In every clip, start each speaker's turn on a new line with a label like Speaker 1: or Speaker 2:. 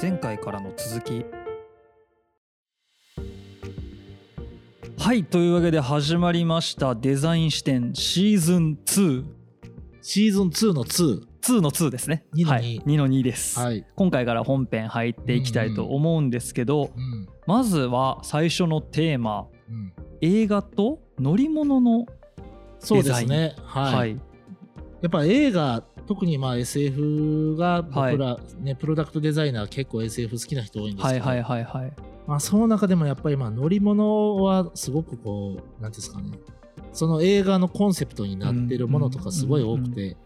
Speaker 1: 前回からの続きはいというわけで始まりましたデザイン視点シーズン22
Speaker 2: シーズン2の2。
Speaker 1: の2ですね
Speaker 2: 2の2
Speaker 1: はい、2の2です、
Speaker 2: はい。
Speaker 1: 今回から本編入っていきたいと思うんですけど、
Speaker 2: うん。
Speaker 1: まずは最初のテーマ
Speaker 2: うん、
Speaker 1: 映画と乗り物の
Speaker 2: そうですね。はい。
Speaker 1: はい
Speaker 2: やっぱ映画、特にまあ SF が僕ら、ね、プロダクトデザイナー結構 SF 好きな人多いんです
Speaker 1: は
Speaker 2: け
Speaker 1: い
Speaker 2: ど、
Speaker 1: はいはいはい
Speaker 2: まあその中でもやっぱりまあ乗り物はすごくこう、なんていうんですかね、その映画のコンセプトになってるものとかすごい多くて、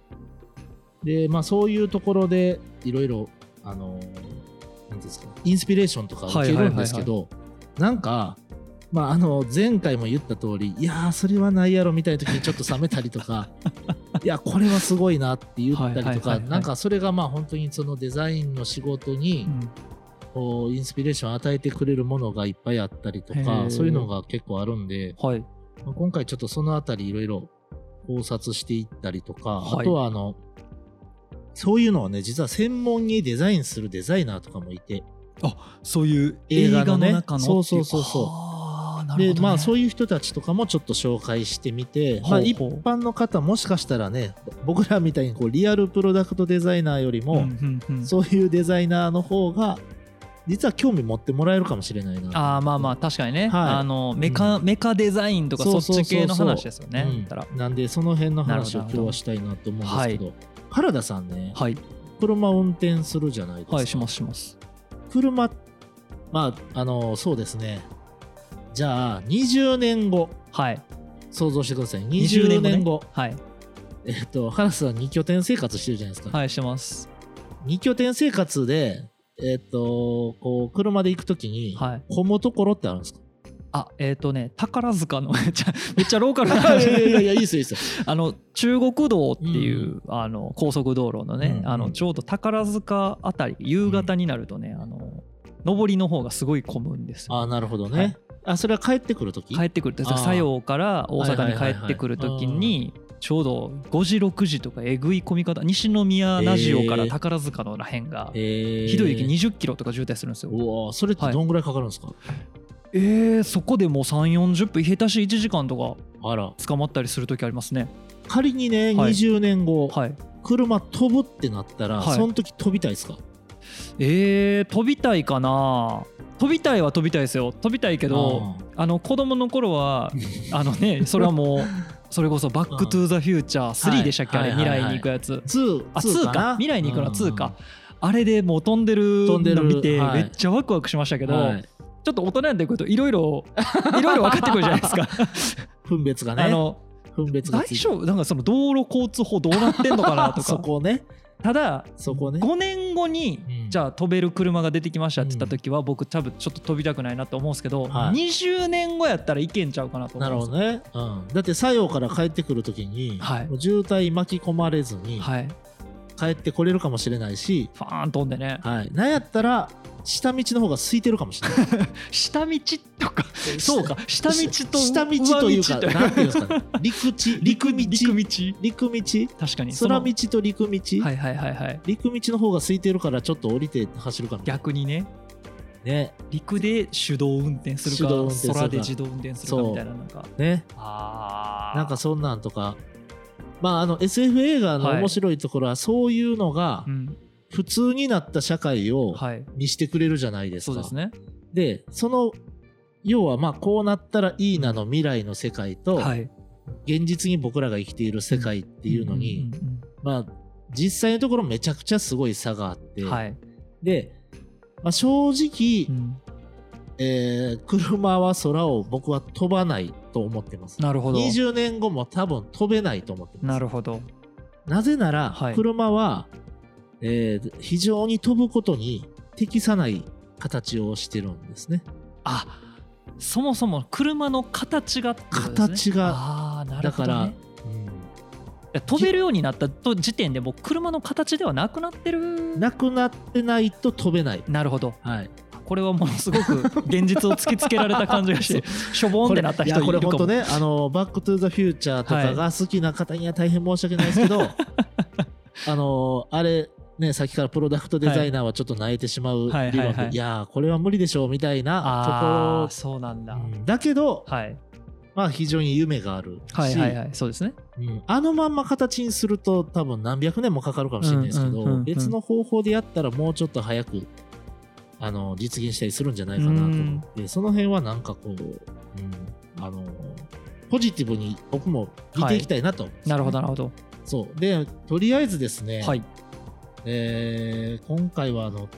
Speaker 2: で、まあそういうところでいろいろ、あの、なんていうんですか、インスピレーションとか受けるんですけど、なんか、まあ、あの前回も言った通りいやーそれはないやろみたいな時にちょっと冷めたり とかいやこれはすごいなって言った
Speaker 1: はいは
Speaker 2: り
Speaker 1: い
Speaker 2: と
Speaker 1: はい
Speaker 2: か
Speaker 1: はい
Speaker 2: なんかそれがまあ本当にそのデザインの仕事にこうインスピレーションを与えてくれるものがいっぱいあったりと
Speaker 1: へー
Speaker 2: かそういうのが結構あるんで
Speaker 1: うんはい
Speaker 2: まあ今回ちょっとそのあたりいろいろ考察していったりとか
Speaker 1: はい
Speaker 2: あとはあのそういうのをね実は専門にデザインするデザイナーとかもいて
Speaker 1: そういう映
Speaker 2: 映
Speaker 1: 画
Speaker 2: 画
Speaker 1: の
Speaker 2: のね
Speaker 1: 中のってい
Speaker 2: そうそうそうそう
Speaker 1: あーなるほ
Speaker 2: で
Speaker 1: ど、ね、
Speaker 2: まあそういう人たちとかもちょっと紹介してみて、まあ、
Speaker 1: ほう
Speaker 2: 一
Speaker 1: ほう
Speaker 2: 般の方もしかしたらね僕らみたいにこうリアルプロダクトデザイナーより
Speaker 1: ん
Speaker 2: も、
Speaker 1: うんうん
Speaker 2: そういうデザイナーの方が実は興味持ってもらえるかもしれないな。
Speaker 1: あーまあまあ確かにね、
Speaker 2: はい
Speaker 1: あのメカ、メカデザインとかそ
Speaker 2: そ
Speaker 1: っ
Speaker 2: うそう
Speaker 1: ち
Speaker 2: そ
Speaker 1: 系
Speaker 2: うそう
Speaker 1: の話ですよね、言ったら
Speaker 2: うん、なんでその辺の話を
Speaker 1: な
Speaker 2: 今
Speaker 1: るほど
Speaker 2: 日はしたいなと思うんですけど原田さんね
Speaker 1: はい
Speaker 2: 車運転するじゃないですか、
Speaker 1: はいしますします
Speaker 2: 車まああのそうですねじゃあ20年後
Speaker 1: はい
Speaker 2: 想像してください20年後
Speaker 1: ねはい
Speaker 2: えっと原田さん2拠点生活してるじゃないですか、
Speaker 1: はいしてます
Speaker 2: 二拠点生活で、えっと、こう、車で行くときに、
Speaker 1: はい
Speaker 2: 混むところってあるんですか
Speaker 1: あえっ、とね宝塚の めっちゃめっちゃローカルな
Speaker 2: や、いいですよ、いいです
Speaker 1: あの中国道っていう、あの高速道路のね、
Speaker 2: うんうん
Speaker 1: あのちょうど宝塚あたり夕方になるとね、あの上りの方がすごい混むんですよ
Speaker 2: ああ、なるほどね。
Speaker 1: はい
Speaker 2: あ、それは帰ってくるとき
Speaker 1: 帰ってくる
Speaker 2: あー
Speaker 1: 佐用から大阪に帰ってくる時
Speaker 2: はいはいは
Speaker 1: にちょうど5時6時とかえぐい混み方西宮ラジオから
Speaker 2: えー
Speaker 1: 宝塚のらへんが
Speaker 2: えー
Speaker 1: ひどい雪2 0キロとか渋滞するんですよ。
Speaker 2: うわーそれってどんぐらいかかるんですか、
Speaker 1: えー、そこでもう3 4 0分下手し1時間とか
Speaker 2: あら。
Speaker 1: 捕まったりする時ありますね。
Speaker 2: 仮にね、
Speaker 1: はい
Speaker 2: 20年後、
Speaker 1: はい、
Speaker 2: 車飛ぶってなったら、
Speaker 1: はい
Speaker 2: その時飛びたいですか
Speaker 1: えー、飛びたいかな飛びたいは飛びたいですよ飛びたいけど
Speaker 2: あー
Speaker 1: あの子供の頃 はあのねそれはもうそれこそ「バック・トゥ・ザ・フューチャー3」でしたっけ、
Speaker 2: はい
Speaker 1: あれ
Speaker 2: はいはい
Speaker 1: 未来
Speaker 2: はい
Speaker 1: に行くやつ。
Speaker 2: 2
Speaker 1: あ
Speaker 2: 2
Speaker 1: 2
Speaker 2: な
Speaker 1: か未来に行くのは2
Speaker 2: うん
Speaker 1: か、あれでもう飛んでる
Speaker 2: 飛んで
Speaker 1: の
Speaker 2: る
Speaker 1: 見て
Speaker 2: は
Speaker 1: め
Speaker 2: い
Speaker 1: っちゃワクワクしましたけど、
Speaker 2: はい
Speaker 1: ちょっと大人になってくるといろい ろいろいろ分かってくるじゃないですか
Speaker 2: 分別がね
Speaker 1: あの
Speaker 2: 分別が
Speaker 1: 大
Speaker 2: ついて
Speaker 1: 丈夫なんかその道路交通法どうなってんのかな と
Speaker 2: そ
Speaker 1: か
Speaker 2: こね
Speaker 1: ただ
Speaker 2: そこね
Speaker 1: 5年後に、
Speaker 2: うん
Speaker 1: じゃあ飛べる車が出てきましたって言った時は、僕多分ちょっと飛びたくないなと思うんですけど、
Speaker 2: はい
Speaker 1: 20年後やったらいけんちゃうかなと思
Speaker 2: な
Speaker 1: う
Speaker 2: る
Speaker 1: んです
Speaker 2: ほどね、うん、だって作用から帰ってくるときに、
Speaker 1: はい
Speaker 2: もう渋滞巻き込まれずに
Speaker 1: はい
Speaker 2: 帰ってこれるかもしれないし、
Speaker 1: ファーン飛んでね
Speaker 2: はいなんやったら下道の方が空いてるかもしれない
Speaker 1: 下道とか そうか下道と
Speaker 2: 下道というか
Speaker 1: 上道
Speaker 2: なんていうんですかね陸地陸道
Speaker 1: 陸
Speaker 2: 陸道
Speaker 1: 道確かに
Speaker 2: 空
Speaker 1: そ
Speaker 2: 道と陸道、
Speaker 1: のはいはいはいはい
Speaker 2: 陸道の方が空いてるからちょっと降りて走るかも
Speaker 1: 逆にね
Speaker 2: ね
Speaker 1: 陸で手動運転する
Speaker 2: 手
Speaker 1: か
Speaker 2: 動運転するか
Speaker 1: 空で自動運転するかみたいななんか
Speaker 2: ね
Speaker 1: あー
Speaker 2: なんかそんなんとかまああの SF 映画の
Speaker 1: はい
Speaker 2: 面白いところはそういうのが
Speaker 1: うん
Speaker 2: 普通になった社会を
Speaker 1: はい
Speaker 2: にしてくれるじゃないです
Speaker 1: そ
Speaker 2: か。
Speaker 1: うですね
Speaker 2: でその要はまあこうなったらいいなの未来の世界と、
Speaker 1: はい
Speaker 2: 現実に僕らが生きている世界っていうのに、
Speaker 1: んうん
Speaker 2: まあ実際のところめちゃくちゃすごい差があっ
Speaker 1: う
Speaker 2: て、
Speaker 1: んはい
Speaker 2: で、まあ、正直、
Speaker 1: うん
Speaker 2: えー車は空を僕は飛ばないと思ってます。
Speaker 1: なるほど
Speaker 2: 20年後も多分飛べないと思ってます。
Speaker 1: なるほど
Speaker 2: なぜなら、
Speaker 1: はい
Speaker 2: 車は、えー非常に飛ぶことに適さない形をしてるんですね。
Speaker 1: あそもそも車の形がってことですね
Speaker 2: 形が
Speaker 1: あーなる
Speaker 2: だ
Speaker 1: ほ
Speaker 2: か
Speaker 1: ど
Speaker 2: ら
Speaker 1: ね、いや飛べるようになったと時点でもう車の形ではなくなってる
Speaker 2: なくなってないと飛べない。
Speaker 1: なるほど
Speaker 2: はい、
Speaker 1: これはものすごく現実を突きつけられた感じが してしょぼんってなった人い
Speaker 2: いやこれ
Speaker 1: るかも
Speaker 2: 本当ね、あのバック・トゥ・ザ・フュ ーチャーとかが好きな方には大変申し訳ないですけど、あのあれ、ね、さっきからプロダクトデザイナーはちょっと泣いてしまう理論で、
Speaker 1: はい
Speaker 2: い
Speaker 1: はいはい
Speaker 2: やーこれは無理でしょうみたい
Speaker 1: あ
Speaker 2: な
Speaker 1: あそうなんだ、
Speaker 2: ところ、うんだけど、
Speaker 1: はい
Speaker 2: まあ、非常に夢があるし、
Speaker 1: はいはいはいそうですね
Speaker 2: うんあのまんま形にすると多分何百年もかかるかもしれないですけど、
Speaker 1: うんうんうんうん
Speaker 2: 別の方法でやったらもうちょっと早くあの実現したりするんじゃないかなと思って、その辺はなんかこう、うんあのポジティブに僕も見ていきたいなと、
Speaker 1: なるほどなるほど
Speaker 2: そうでとりあえずですね、
Speaker 1: はい
Speaker 2: えー今回はあの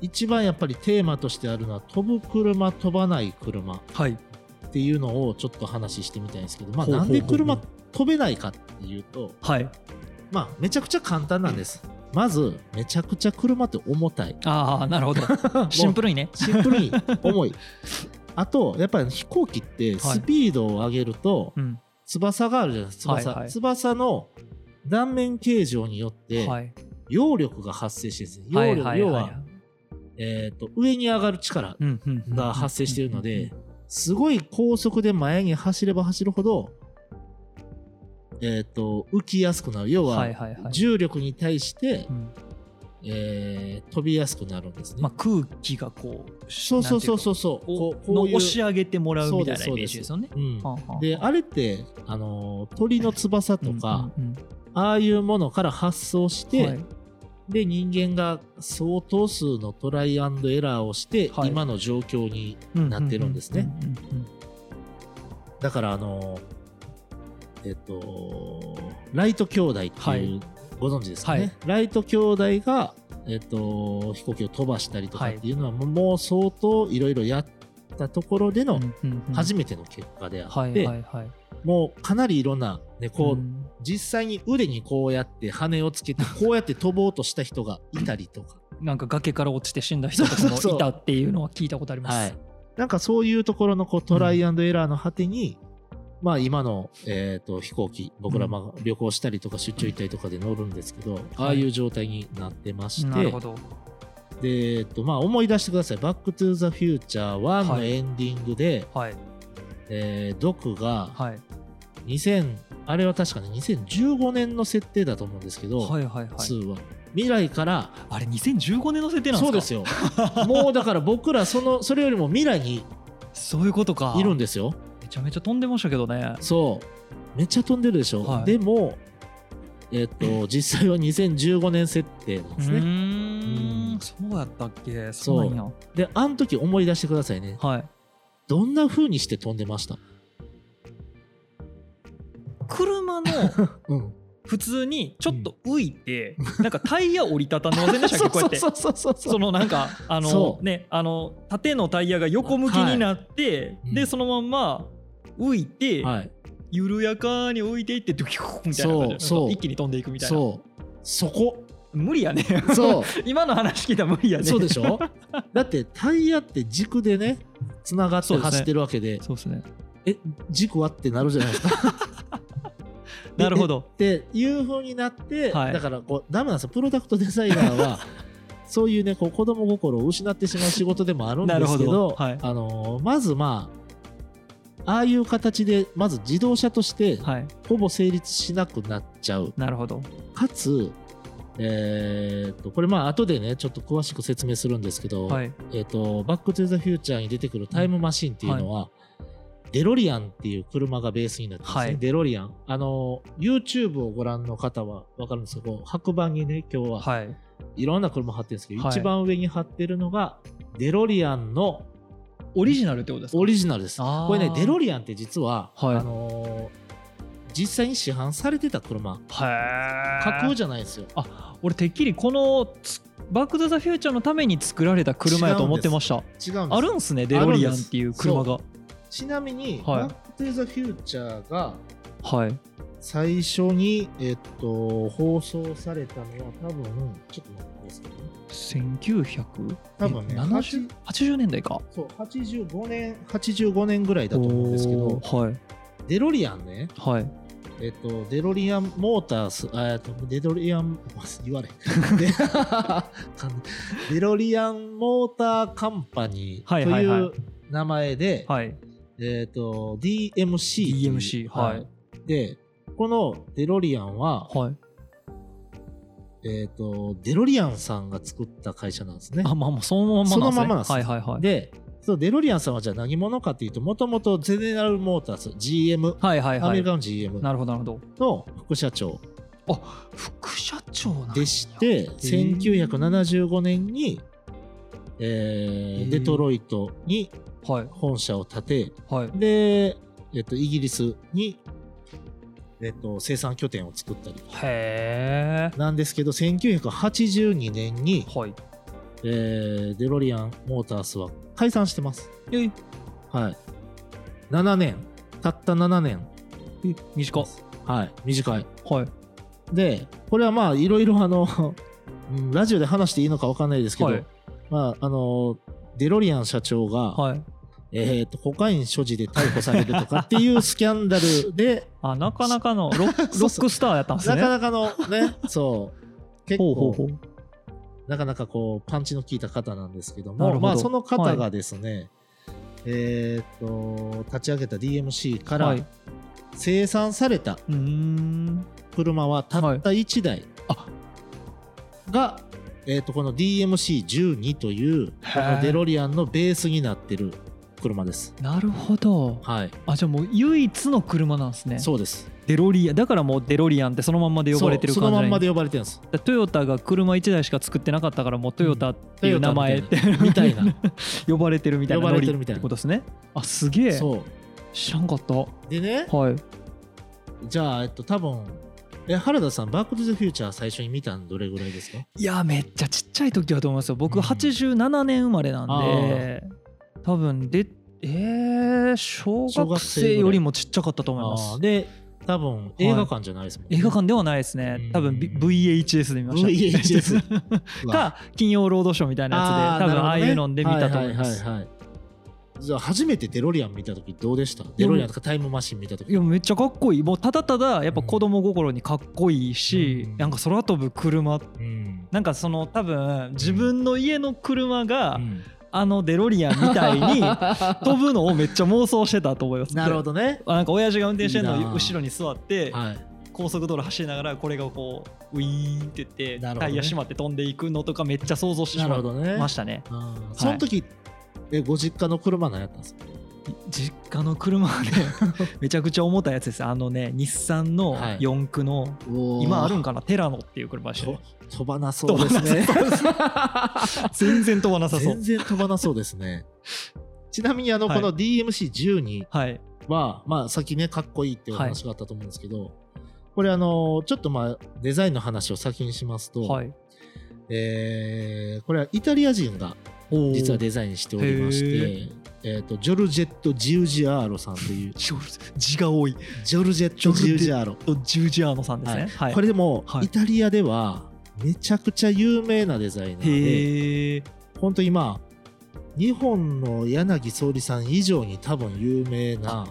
Speaker 2: 一番やっぱりテーマとしてあるのは飛ぶ車飛ばない車っ
Speaker 1: はい
Speaker 2: ていうのをちょっと話してみたいんですけど、まあ、
Speaker 1: ほうほう
Speaker 2: な
Speaker 1: ほうん
Speaker 2: で車飛べないかっていうと
Speaker 1: はい
Speaker 2: まあめちゃくちゃ簡単なんです、まずめちゃくちゃ車って重たい
Speaker 1: ああなるほ どシンプルにね
Speaker 2: シンプルに 重いあとやっぱり飛行機ってスピードを上げると、
Speaker 1: うん
Speaker 2: 翼があるじゃないですか翼、
Speaker 1: はいはい
Speaker 2: 翼の断面形状によって
Speaker 1: はい
Speaker 2: 揚力が発生してるんですね、
Speaker 1: は
Speaker 2: 揚
Speaker 1: い
Speaker 2: 力
Speaker 1: はい
Speaker 2: 要
Speaker 1: はい
Speaker 2: はえー、と上に上がる力
Speaker 1: うんうんうん
Speaker 2: が発生しているので、すごい高速で前に走れば走るほど、えー、と浮きやすくなる要
Speaker 1: は
Speaker 2: はい
Speaker 1: はいはい
Speaker 2: 重力に対して
Speaker 1: う、ん
Speaker 2: えー飛びやすくなるんですね。
Speaker 1: まあ空気がこう
Speaker 2: そうそうそうそうそ
Speaker 1: こ
Speaker 2: うこ
Speaker 1: う
Speaker 2: うこういう
Speaker 1: 押し上げてもらうみたいなイ
Speaker 2: そうですそうで
Speaker 1: メージ
Speaker 2: す
Speaker 1: ですよね。
Speaker 2: うん
Speaker 1: はあはあ
Speaker 2: であれって、あのー鳥の翼とか、
Speaker 1: うんうん
Speaker 2: ああいうものから発想して、
Speaker 1: はい
Speaker 2: で人間が相当数のトライアンドエラーをして、
Speaker 1: はい
Speaker 2: 今の状況になってるんですね。だからあのえっとライト兄弟っていう、
Speaker 1: はい
Speaker 2: ご存知ですかね、
Speaker 1: はい
Speaker 2: ライト兄弟が、えっと、飛行機を飛ばしたりとかっていうのは、もうもう相当いろいろやったところでの初
Speaker 1: め
Speaker 2: めての結果であって、
Speaker 1: はいはいはい。
Speaker 2: もうかなりいろんな、ねこう
Speaker 1: うん
Speaker 2: 実際に腕にこうやって羽を つけてこうやって飛ぼうとした人がいたりとか、
Speaker 1: なんか崖から落ちて死んだ人たちもいたっていうのは聞いたことあります。
Speaker 2: はい、なんかそういうところのこうトライアンドエラーの果てに、まあ今の、えー、と飛行機僕らまあ旅行したりとか出張行ったりとかで乗るんですけど、ああいう状態になってまして、
Speaker 1: なるほど。
Speaker 2: で、えっとまあ、思い出してください「バック・トゥ・ザ・フューチャー1」のエンディングで、
Speaker 1: はい
Speaker 2: えードクが
Speaker 1: はい
Speaker 2: 2000あれは確かね2015年の設定だと思うんですけど、
Speaker 1: はいはいはい。
Speaker 2: 2は未来から
Speaker 1: あれ2015年の設定なんですか。
Speaker 2: そうですよもうだから僕らそのそれよりも未来に
Speaker 1: そういうことか。
Speaker 2: いるんですよ
Speaker 1: めちゃめちゃ飛んでましたけどね。
Speaker 2: そうめっちゃ飛んでるでしょ、
Speaker 1: はい
Speaker 2: でもえっ、と実際は2015年設定なんですね、
Speaker 1: うー
Speaker 2: うん
Speaker 1: ん。そうやったっけ。そうなんや。
Speaker 2: であの時思い出してくださいね
Speaker 1: はい。
Speaker 2: どんな風にして飛んでました
Speaker 1: 車 の
Speaker 2: うん
Speaker 1: 普通にちょっと浮いて、なんかタイヤ折りたたんでませんでしたっ
Speaker 2: そ
Speaker 1: け
Speaker 2: う
Speaker 1: こうや
Speaker 2: そ
Speaker 1: っ
Speaker 2: う
Speaker 1: て
Speaker 2: そうそうそう
Speaker 1: そのなんかあの
Speaker 2: そう
Speaker 1: ねあの縦のタイヤが横向きになって、
Speaker 2: はいうん
Speaker 1: でそのまんま浮いて、
Speaker 2: はい
Speaker 1: 緩やかに浮いていってドキュッみたいな感じで
Speaker 2: そうそう
Speaker 1: 一気に飛んでいくみたいな
Speaker 2: そうそこ
Speaker 1: 無理やね
Speaker 2: そう
Speaker 1: 今の話聞いたら無理やね
Speaker 2: そうで
Speaker 1: ょ
Speaker 2: し ょだってタイヤって軸でねつながっ
Speaker 1: そうで
Speaker 2: て
Speaker 1: すね
Speaker 2: 走ってるわけで
Speaker 1: そうですね
Speaker 2: え軸はってなるじゃないです か
Speaker 1: なるほど
Speaker 2: っていう風になって、
Speaker 1: はい
Speaker 2: だからこうダメなんですよプロダクトデザイナ ーはそういうねこう子供心を失ってしまう仕事でもあるんですけ
Speaker 1: なる
Speaker 2: ど
Speaker 1: ほどはい
Speaker 2: あのーまずまあああいう形でまず自動車として
Speaker 1: はい
Speaker 2: ほぼ成立しなくなっちゃう
Speaker 1: なるほど
Speaker 2: かつえーっとこれまあ後でねちょっと詳しく説明するんですけど、
Speaker 1: はい
Speaker 2: えーっとバック・トゥ・ザ・フューチャーに出てくるタイムマシンっていうのは、デロリアンっていう車がベースになってますね、
Speaker 1: はい
Speaker 2: デロリアンあの YouTube をご覧の方は分かるんですけど白板にね今日は
Speaker 1: はい
Speaker 2: いろんな車貼ってるんですけど、
Speaker 1: はい
Speaker 2: 一番上に貼ってるのがデロリアンの
Speaker 1: オリジナルってことですか
Speaker 2: オリジナルです
Speaker 1: あー
Speaker 2: これねデロリアンって実は、
Speaker 1: はい
Speaker 2: あのー実際に市販されてた車
Speaker 1: は
Speaker 2: 架空じゃないんですよ
Speaker 1: あ俺てっきりこのつバック・トゥ・ザ・フューチャーのために作られた車やと思ってました
Speaker 2: 違うんです
Speaker 1: あるんすねデロリアンっていう車が
Speaker 2: ちなみ
Speaker 1: はい
Speaker 2: に、バック・トゥ・ザ・フューチャーが
Speaker 1: はい
Speaker 2: 最初に、えっと、放送されたのは多分、ちょっと待ってくださいね。
Speaker 1: 1900
Speaker 2: 多分ね、
Speaker 1: 70
Speaker 2: 80
Speaker 1: 80年代か
Speaker 2: そう85年、85年ぐらいだと思うんですけ
Speaker 1: お
Speaker 2: ど、
Speaker 1: ーはい
Speaker 2: デロリアンね、
Speaker 1: はい
Speaker 2: えっと、デロリアンモータース、あえっとデロリアン、言われへんで デロリアンモーターカンパニーと
Speaker 1: はいはいはいいう
Speaker 2: 名前で、
Speaker 1: はい
Speaker 2: えっと、DMC っていう。
Speaker 1: DMC はい
Speaker 2: で、このデロリアンは、
Speaker 1: はい
Speaker 2: えっ、と、デロリアンさんが作った会社なんですね。
Speaker 1: あまあまあそのまんまなんですね
Speaker 2: そのままなんです
Speaker 1: はいはいはい
Speaker 2: で、そのデロリアンさんはじゃあ何者かっていうと、もともとゼネラルモーターズ、GM、
Speaker 1: はいはい
Speaker 2: ア
Speaker 1: は
Speaker 2: メ
Speaker 1: い
Speaker 2: リカの GM
Speaker 1: なるほどなるほど
Speaker 2: の副社長
Speaker 1: 副社長なんや
Speaker 2: でして、1975年に、え
Speaker 1: へ
Speaker 2: ー
Speaker 1: ー
Speaker 2: デトロイトに
Speaker 1: はい
Speaker 2: 本社を建て、
Speaker 1: はい
Speaker 2: で、えっと、イギリスに、えっと、生産拠点を作ったり。
Speaker 1: へえ
Speaker 2: なんですけど、1982年に、
Speaker 1: はい
Speaker 2: えーデロリアンモータースは解散してます。
Speaker 1: え
Speaker 2: はい。7年。たった7年。
Speaker 1: え短っ
Speaker 2: はい。短い。
Speaker 1: はい
Speaker 2: で、これはまあ、いろいろあの、 うんラジオで話していいのかわかんないですけど、
Speaker 1: はい
Speaker 2: まあ、あの、デロリアン社長が、
Speaker 1: はい
Speaker 2: えっ、と、コカイン所持で逮捕されるとかっていう スキャンダルで、
Speaker 1: あなかなか のロッ
Speaker 2: そうそう
Speaker 1: ロックスターやったんです
Speaker 2: な
Speaker 1: ね
Speaker 2: かなかのね、そう、結
Speaker 1: ほ
Speaker 2: 構
Speaker 1: うほうほう
Speaker 2: なかなかこう、パンチの効いた方なんですけど
Speaker 1: なるほ
Speaker 2: も、
Speaker 1: ど
Speaker 2: まあ、その方がですね、えっ、と、立ち上げた DMC から、
Speaker 1: はい、う
Speaker 2: 生産された
Speaker 1: ーん
Speaker 2: 車はたった1台が、えー、とこの DMC12 というこ
Speaker 1: へー
Speaker 2: のデロリアンのベースになってる車です。
Speaker 1: なるほど
Speaker 2: はい、
Speaker 1: あじゃあもう唯一の車なんですね
Speaker 2: そうです。
Speaker 1: デロリアンだからもうデロリアンってそのまんまで呼ばれてる
Speaker 2: そう
Speaker 1: 感
Speaker 2: そ
Speaker 1: じ
Speaker 2: の
Speaker 1: なんや
Speaker 2: まんまで呼ばれてるんです。
Speaker 1: だからトヨタが車1台しか作ってなかったからもうトヨタっていう名前って、
Speaker 2: みたいな
Speaker 1: 呼ばれてるみたいな
Speaker 2: 呼ばれてる
Speaker 1: ノリ
Speaker 2: みたいな
Speaker 1: ってことですねあすげ え
Speaker 2: そ
Speaker 1: 知らんかったは
Speaker 2: うで
Speaker 1: い
Speaker 2: ね、じゃあ、えっと、多分え原田さん、バック・トゥ・ザ・フューチャー最初に見たのどれぐらいですか
Speaker 1: いやめっちゃちっちゃい時だと思いますよ僕
Speaker 2: うん
Speaker 1: 87年生まれなんで、多分でえー、小
Speaker 2: 小
Speaker 1: 学
Speaker 2: 学
Speaker 1: 生
Speaker 2: 生
Speaker 1: よりもちっちゃかったと思いま
Speaker 2: あー
Speaker 1: す
Speaker 2: で、多分映画館じゃないですもんね、
Speaker 1: 映画館ではないですね多分、
Speaker 2: うん
Speaker 1: VHS で見ました
Speaker 2: VHS
Speaker 1: か金曜ロードショーみたいなやつで多分ああいうので見たと思います、
Speaker 2: あーなるほどねはいはいはいはいじゃあ初めてデロリアン見た時どうでしたデロリアンとかタイムマシン見た
Speaker 1: い
Speaker 2: 時
Speaker 1: やめっちゃかっこいいもうただただやっぱ子供心にかっこいいし、
Speaker 2: うん
Speaker 1: なんか空飛ぶ車
Speaker 2: うん
Speaker 1: なんかその多分自分の家の車が、
Speaker 2: うん
Speaker 1: あのデロリアンみたい に飛ぶのをめっちゃ妄想してたと思います
Speaker 2: なるほどね
Speaker 1: あなんか親父が運転してる
Speaker 2: いい
Speaker 1: の
Speaker 2: な
Speaker 1: を
Speaker 2: あ
Speaker 1: 後ろに座って
Speaker 2: はい
Speaker 1: 高速道路走りながらこれがこうウィーンって言って
Speaker 2: なるほど
Speaker 1: タ
Speaker 2: ね
Speaker 1: イヤ閉まって飛んでいくのとかめっちゃ想像してし
Speaker 2: なる
Speaker 1: ま
Speaker 2: ほ
Speaker 1: い
Speaker 2: どね
Speaker 1: ましたね
Speaker 2: あーその時えご実家の車何やったんですか
Speaker 1: 実家の車 はねめちゃくちゃ重たいやつですあのね日産の
Speaker 2: はい
Speaker 1: 四駆の、今あるんかなテラノっていう車でしたね
Speaker 2: と飛ばなそうですね
Speaker 1: 全然飛ばなさそう
Speaker 2: 全。然飛ばなそうですねちなみにあの
Speaker 1: はい
Speaker 2: この DMC12
Speaker 1: はい。
Speaker 2: はまあさっきねかっこいいっていうお話があったと思うんですけどこれあのちょっとまあデザインの話を先にしますと
Speaker 1: はい。
Speaker 2: えーこれはイタリア人が実はデザインしておりまして、えー、とジョルジェット・ジウジアーロさんという
Speaker 1: ジョル字が多い。
Speaker 2: ジョルジェット・ジウジアーロ、
Speaker 1: とジュージアーノさんです
Speaker 2: はい
Speaker 1: ね。はい。
Speaker 2: これでも、
Speaker 1: はい
Speaker 2: イタリアではめちゃくちゃ有名なデザイナーで
Speaker 1: へえ。
Speaker 2: 本当にまあ日本の柳総理さん以上に多分有名な、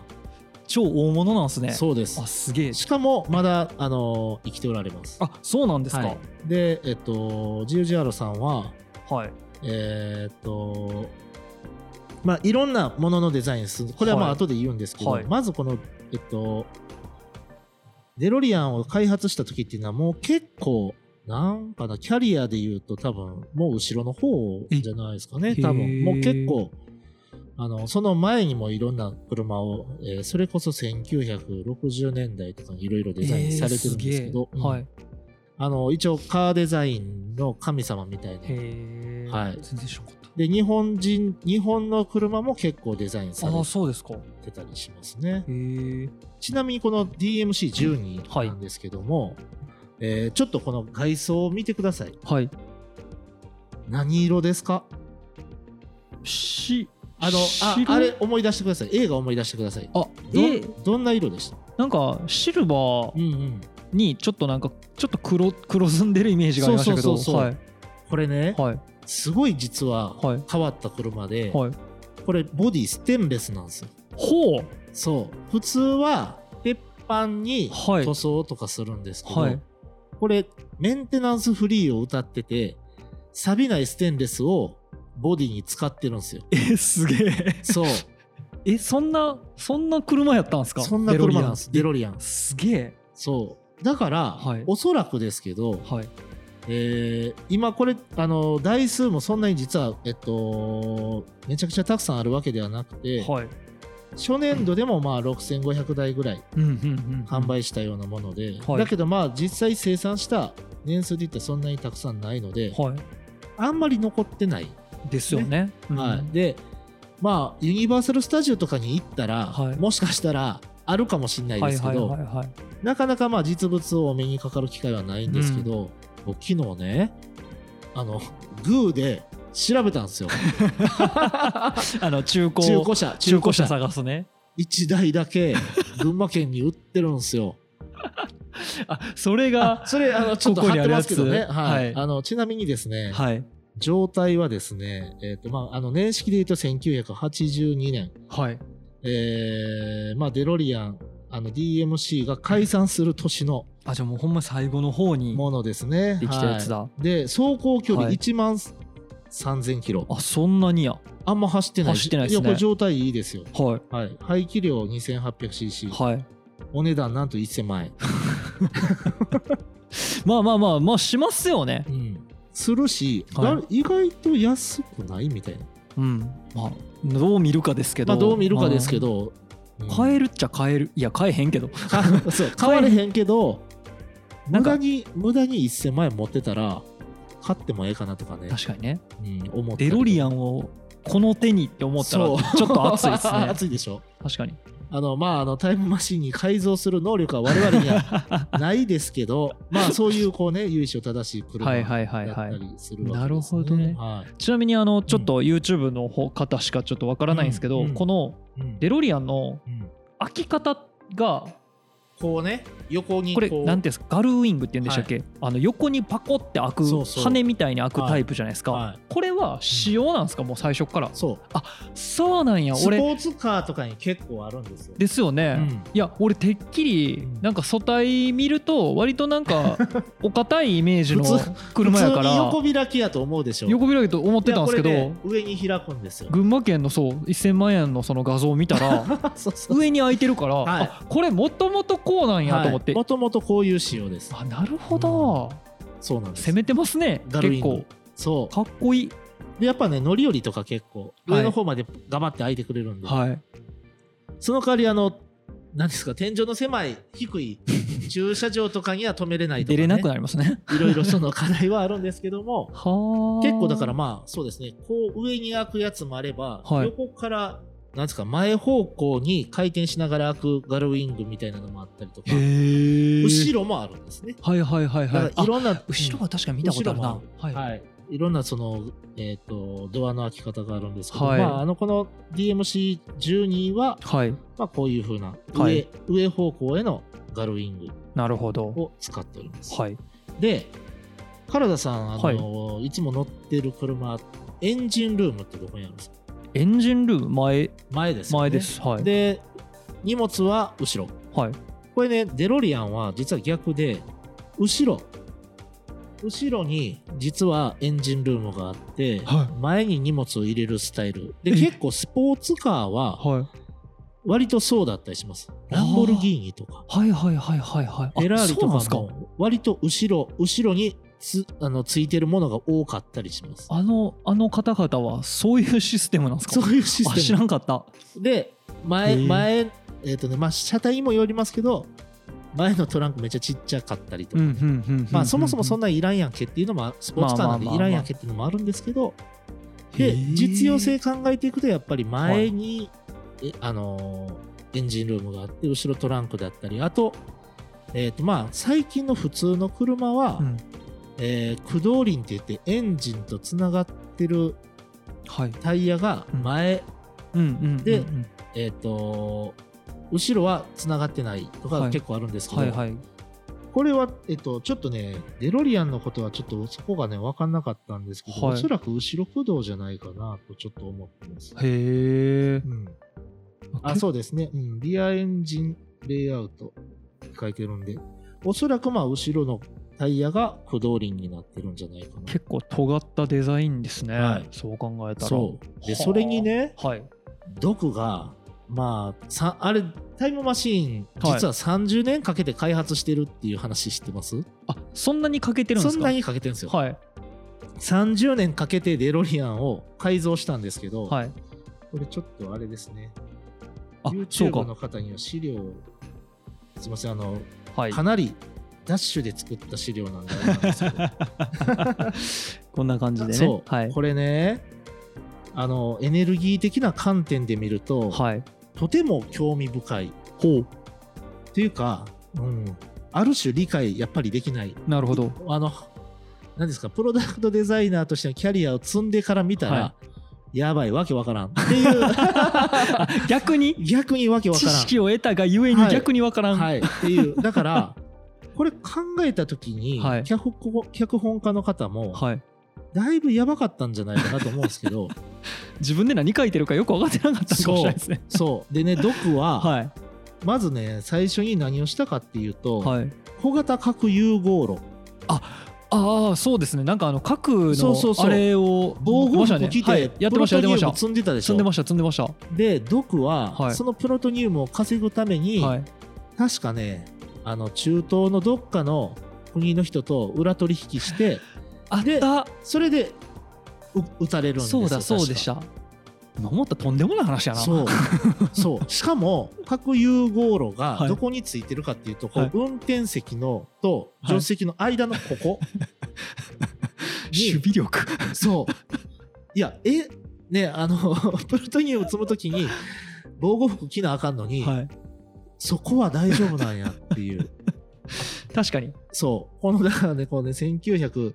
Speaker 1: 超大物なんですね。
Speaker 2: そうです
Speaker 1: あすげえ。
Speaker 2: しかもまだ、あの生きておられます
Speaker 1: あそうなんですか。
Speaker 2: はいでえっ、とジウジアーロさんは
Speaker 1: はい。
Speaker 2: えーっと、まあ、いろんなもののデザインする。これはまあ
Speaker 1: はい
Speaker 2: 後で言うんですけど、
Speaker 1: はい
Speaker 2: まずこの、えっと、デロリアンを開発した時っていうのはもう結構、なんかな、キャリアで言うと多分、もう後ろの方じゃないですかね。
Speaker 1: え
Speaker 2: 多
Speaker 1: へ
Speaker 2: 分、
Speaker 1: ー
Speaker 2: もう結構、あの、その前にもいろんな車を、えーそれこそ1960年代とかにいろいろデザインされてるんですけど、
Speaker 1: えーげえはい。
Speaker 2: あの、一応カーデザインの神様みたいな
Speaker 1: へえ。
Speaker 2: はい
Speaker 1: 全然知らんかった。
Speaker 2: で日本人日本の車も結構デザインさ
Speaker 1: あ
Speaker 2: れ
Speaker 1: あそうですか。へ
Speaker 2: てたりしますね
Speaker 1: え。
Speaker 2: ちなみにこの DMC12
Speaker 1: はい
Speaker 2: なんですけども、えーちょっとこの外装を見てください
Speaker 1: はい。
Speaker 2: 何色ですか
Speaker 1: し
Speaker 2: あのあ
Speaker 1: 白い
Speaker 2: あれ思い出してください映画思い出してください
Speaker 1: あ
Speaker 2: どん
Speaker 1: え
Speaker 2: どんな色でした
Speaker 1: なんかシルバ
Speaker 2: う
Speaker 1: ー
Speaker 2: んうん
Speaker 1: にちょっとなんかちょっと黒黒ずんでるイメージがありましたけど。
Speaker 2: そうそうそうそう
Speaker 1: はい
Speaker 2: これね、
Speaker 1: はい
Speaker 2: すごい実は
Speaker 1: はい
Speaker 2: 変わった車で、
Speaker 1: はい。
Speaker 2: これボディステンレスなんですよ
Speaker 1: ほう。
Speaker 2: そう普通は鉄板に
Speaker 1: はい
Speaker 2: 塗装とかするんですけど、
Speaker 1: はい
Speaker 2: これメンテナンスフリーを歌ってて錆びないステンレスをボディに使ってるんですよ
Speaker 1: えすげえ。
Speaker 2: そう
Speaker 1: えそんなそんな車やったんですか
Speaker 2: そんな車なんです
Speaker 1: デ
Speaker 2: デ
Speaker 1: ロ
Speaker 2: ロリアン
Speaker 1: リアンすげえ
Speaker 2: そうだから、
Speaker 1: はい
Speaker 2: おそらくですけど、
Speaker 1: はい
Speaker 2: ええー今これあの台数もそんなに実は、えっと、めちゃくちゃたくさんあるわけではなくて、
Speaker 1: はい。
Speaker 2: 初年度でもまあ6500台ぐらい
Speaker 1: うんうんうん。
Speaker 2: 販。売したようなもので、
Speaker 1: はい
Speaker 2: だけどまあ実際生産した年数でいったらそんなにたくさんないので、
Speaker 1: は
Speaker 2: あんまり残ってない、
Speaker 1: い。ですよね。うん
Speaker 2: はい、でまあユニバーサル・スタジオとかに行ったら、
Speaker 1: はい
Speaker 2: もしかしたらあるかもしれない
Speaker 1: は
Speaker 2: で
Speaker 1: い
Speaker 2: すけ
Speaker 1: はい
Speaker 2: ど、
Speaker 1: はいはい。
Speaker 2: なかなかまあ実物をお目にかかる機会はないんですけど、僕昨日ねあのグーで調べた んですよ
Speaker 1: あの中古
Speaker 2: 中古車
Speaker 1: 中古車探すね。
Speaker 2: 1台 だけ群馬県に売ってるんですよ
Speaker 1: あそれが
Speaker 2: それあのちょっと
Speaker 1: ここ
Speaker 2: 貼
Speaker 1: に
Speaker 2: っ
Speaker 1: あ
Speaker 2: て
Speaker 1: る
Speaker 2: ま
Speaker 1: や
Speaker 2: す
Speaker 1: つ
Speaker 2: けどね、はい
Speaker 1: はい
Speaker 2: あのちなみにですね、
Speaker 1: はい
Speaker 2: 状態はですね、えーとまあ、あの年式でいうと1982年、
Speaker 1: はい
Speaker 2: えーまあ、デロリアンあの DMC が解散する年の
Speaker 1: あじゃあもうほんま最後の方に
Speaker 2: ものですね、
Speaker 1: できたやつだ、
Speaker 2: はいで走行距離
Speaker 1: はい
Speaker 2: 1万3000キロ、
Speaker 1: あそんなにや
Speaker 2: あんま走ってない
Speaker 1: 走ってないですね
Speaker 2: やこれ状態いいですよ、
Speaker 1: は
Speaker 2: はい、排気量
Speaker 1: い
Speaker 2: 2800cc、
Speaker 1: はい
Speaker 2: お値段なんと1000万円、
Speaker 1: まあまあまあまあしますよね
Speaker 2: うんするし、
Speaker 1: はい
Speaker 2: だ意外と安くないみたいな、
Speaker 1: うんまあどう見るかですけど、
Speaker 2: まあ、どう見るかですけど、うん
Speaker 1: うん買えるっちゃ買えるいや買えへんけど
Speaker 2: あそう買われへんけど
Speaker 1: なん
Speaker 2: 無
Speaker 1: か
Speaker 2: 駄に無駄に1000万円持ってたら買ってもええかなとかね、
Speaker 1: 確かにね
Speaker 2: うん、思った
Speaker 1: デロリア
Speaker 2: ン
Speaker 1: ンをこの手にって思ったら
Speaker 2: そう
Speaker 1: ちょっと熱いですね
Speaker 2: 熱いでしょ
Speaker 1: 確かに
Speaker 2: あのまああのタイムマシンに改造する能力は我々にはないです けどまあそういうこうね由緒正しい車
Speaker 1: はい
Speaker 2: だっ
Speaker 1: はいはいは
Speaker 2: た
Speaker 1: い
Speaker 2: りするわけです、ね
Speaker 1: なるほどね
Speaker 2: は
Speaker 1: ちなみにあのちょっと YouTube の方方しかちょっとわからないんですけど、
Speaker 2: うんうん
Speaker 1: この
Speaker 2: いうん
Speaker 1: デロリアンの
Speaker 2: うん
Speaker 1: 開き方が
Speaker 2: こうね横に
Speaker 1: これなん
Speaker 2: う
Speaker 1: ていうんですかガルウィングって言うんでしたっけ、あの横にパコって開く
Speaker 2: そうそう
Speaker 1: 羽みたいに開くタイプじゃないですか、
Speaker 2: はい
Speaker 1: これは仕様なんですかもう最初から
Speaker 2: そう
Speaker 1: そうなんや
Speaker 2: スポ
Speaker 1: 俺
Speaker 2: ーツカーとかに結構あるんですよ
Speaker 1: ですよね、
Speaker 2: うん
Speaker 1: いや俺てっきりなんか素体見ると割となん かお堅いイメージの
Speaker 2: 普通
Speaker 1: 車やか
Speaker 2: 普通に
Speaker 1: ら
Speaker 2: 横開きやと思うでしょ
Speaker 1: 横開きと思ってたんですけど、
Speaker 2: いやこれね上に開くんですよ
Speaker 1: 群馬県のそう1000万円のその画像を見たら
Speaker 2: そうそう
Speaker 1: 上に開いてるから、
Speaker 2: はい
Speaker 1: あこれもともとこうなんやと思って、
Speaker 2: もともとこういう仕様です
Speaker 1: あなるほど、
Speaker 2: そうなんです
Speaker 1: 攻めてますね
Speaker 2: ガルウィ
Speaker 1: 結
Speaker 2: ング
Speaker 1: 構
Speaker 2: そ
Speaker 1: かっこいいう
Speaker 2: でやっぱね乗り降りとか結構
Speaker 1: はい
Speaker 2: 上の方までガバって開いてくれるんで、
Speaker 1: はい
Speaker 2: その代わりあの何ですか天井の狭い 低い駐車場とかには止めれないとか、ね、
Speaker 1: 出れなくなりますね。
Speaker 2: いろいろその課題はあるんですけ ども
Speaker 1: はあ。
Speaker 2: 結構だからまあそうですねこう上に開くやつもあれば、
Speaker 1: はい
Speaker 2: 横からなんですか前方向に回転しながら開くガルウィングみたいなのもあったりとか
Speaker 1: へえ。
Speaker 2: 後ろもあるんですね
Speaker 1: はいはいはい
Speaker 2: だ
Speaker 1: は
Speaker 2: か
Speaker 1: い。
Speaker 2: らい
Speaker 1: あ
Speaker 2: ろんな、
Speaker 1: 後ろは確かに見たことあるな。
Speaker 2: 後
Speaker 1: はい。
Speaker 2: はい、いろんなその、えー、とドアの開き方があるんですけど、
Speaker 1: はい
Speaker 2: まあ、あのこの DMC12 は、
Speaker 1: はい。
Speaker 2: まあ、こういうふうな上,、
Speaker 1: はい
Speaker 2: 上方向へのガルウィング
Speaker 1: なるほど。
Speaker 2: を使っております。
Speaker 1: はい。
Speaker 2: で、原田さん、あのい、つも乗ってる車、エンジンルームってどこにあるんですか
Speaker 1: エンジンルーム前
Speaker 2: 前ですよね。
Speaker 1: 前です。はい。
Speaker 2: で、荷物は後ろ。
Speaker 1: はい。
Speaker 2: これね、デロリアンは実は逆で、後ろ。後ろに実はエンジンルームがあって、
Speaker 1: は
Speaker 2: 前に荷物を入れるスタイルで
Speaker 1: え
Speaker 2: 結構スポーツカーは
Speaker 1: はい。
Speaker 2: 割とそうだったりします
Speaker 1: あー
Speaker 2: ランボルギーニとか
Speaker 1: はいはいはいはいはい。あ
Speaker 2: フェラーリ
Speaker 1: そう
Speaker 2: と
Speaker 1: なん
Speaker 2: か
Speaker 1: ですか。
Speaker 2: も割と後ろ後ろにつあのついてるものが多かったりします
Speaker 1: あのあの方々はそういうシステムなんですか。
Speaker 2: そういうシ
Speaker 1: あ
Speaker 2: ス
Speaker 1: 知
Speaker 2: テ
Speaker 1: ら
Speaker 2: ム
Speaker 1: んかった。
Speaker 2: で前
Speaker 1: へー
Speaker 2: 前えっ、とねまあ車体にもよりますけど前のトランクめっちゃちっちゃかったりと
Speaker 1: うん
Speaker 2: か、
Speaker 1: うんうんうん。
Speaker 2: まあそもそもそん
Speaker 1: な
Speaker 2: なんいらんやんけっていうのもスポーツカーなんで
Speaker 1: まあまあまあまあ
Speaker 2: いらんやんけっていうのもあるんですけどで実用性考えていくとやっぱり前に、えあのーエンジンルームがあって後ろトランクだったりあと,、えーとまあ、最近の普通の車は、
Speaker 1: うん
Speaker 2: えー駆動輪って言ってエンジンとつながってる
Speaker 1: はい。
Speaker 2: タイヤが前、
Speaker 1: うんうんうんうん。
Speaker 2: でえー、と後ろはつながってないと
Speaker 1: は
Speaker 2: か
Speaker 1: い
Speaker 2: 結構あるんですけど、
Speaker 1: はいはい。
Speaker 2: これは、えっと、ちょっとねデロリアンのことはちょっとそこがね分かんなかったんですけど、
Speaker 1: はい
Speaker 2: おそらく後ろ駆動じゃないかなとちょっと思ってます。
Speaker 1: へえ
Speaker 2: う。んあ、そうですね。うん。リアエンジンレイアウトって書いてるんで、おそらくまあ後ろのタイヤが駆動輪になってるんじゃないか
Speaker 1: 結構尖ったデザインですね、
Speaker 2: はい
Speaker 1: そう考えた
Speaker 2: な。
Speaker 1: ら
Speaker 2: そう。で、
Speaker 1: はあ
Speaker 2: それにね、
Speaker 1: はい
Speaker 2: 毒がまあさあれタイムマシーン
Speaker 1: はい
Speaker 2: 実は30年かけて開発してるっていう話知ってます、
Speaker 1: あそんなに欠けてるんですか
Speaker 2: そんなにかけてるんですよ、
Speaker 1: はい
Speaker 2: 30年かけてデロリアンを改造したんですけど、
Speaker 1: はい
Speaker 2: これちょっとあれですね
Speaker 1: あそうか
Speaker 2: YouTube の方には資料をすいませんあの、
Speaker 1: はい
Speaker 2: かなりダッシュで作った資料なんであれなんですけど
Speaker 1: こんな感じでね
Speaker 2: そう、
Speaker 1: はい
Speaker 2: これねあのエネルギー的な観点で見ると、
Speaker 1: はい
Speaker 2: とても興味深い
Speaker 1: ほう
Speaker 2: っていうか、うん、ある種理解やっぱりできない
Speaker 1: なるほ ど
Speaker 2: あの何ですかプロダクトデザイナーとしてのキャリアを積んでから見たら、
Speaker 1: は
Speaker 2: やばいわけわからんっていう
Speaker 1: あ逆に
Speaker 2: 逆にわけわか
Speaker 1: 知
Speaker 2: らん
Speaker 1: 識を得たがゆえに
Speaker 2: はい
Speaker 1: 逆にわからん、
Speaker 2: はい、っていうだからこれ考えた時に、
Speaker 1: はい
Speaker 2: 脚本脚本家の方も、
Speaker 1: はい
Speaker 2: だいぶやばかったんじゃないかなと思うんですけ ど
Speaker 1: 自分で何書いてるかよく分かってなかったのかもしれないですね
Speaker 2: そうでね毒は、
Speaker 1: はい
Speaker 2: まずね最初に何をしたかっていうと、
Speaker 1: はい
Speaker 2: 小型核融合炉
Speaker 1: ああそうですねなんかあの核
Speaker 2: そうそう
Speaker 1: の
Speaker 2: そう
Speaker 1: あれを
Speaker 2: 防
Speaker 1: やってま
Speaker 2: 護
Speaker 1: した
Speaker 2: 服
Speaker 1: ね
Speaker 2: 着て、
Speaker 1: はいやってましたやって
Speaker 2: プロト
Speaker 1: まし
Speaker 2: ニウ
Speaker 1: た
Speaker 2: ム積んでたでし
Speaker 1: 積
Speaker 2: ょ
Speaker 1: んでました積んでました
Speaker 2: で毒は、
Speaker 1: はい
Speaker 2: そのプロトニウムを稼ぐために、
Speaker 1: はい
Speaker 2: 確かねあの中東のどっかの国の人と裏取 引して
Speaker 1: あっ
Speaker 2: で
Speaker 1: た
Speaker 2: それでう撃たれるんです
Speaker 1: そ
Speaker 2: よ
Speaker 1: うだそうでした今思ったらとんでもない話やな
Speaker 2: そうそうしかも核融合炉
Speaker 1: は
Speaker 2: が
Speaker 1: い
Speaker 2: どこについてるかっていうと、こう
Speaker 1: はい
Speaker 2: 運転席のと
Speaker 1: はい
Speaker 2: 助手席の間のこ こ
Speaker 1: 守備
Speaker 2: に、
Speaker 1: 力
Speaker 2: そういやえねあの プルトニウム積む時に防護服着なあかんのに、
Speaker 1: はい
Speaker 2: そこは大丈夫なんやっていう
Speaker 1: 確かに
Speaker 2: そうこのだからねこうね1985、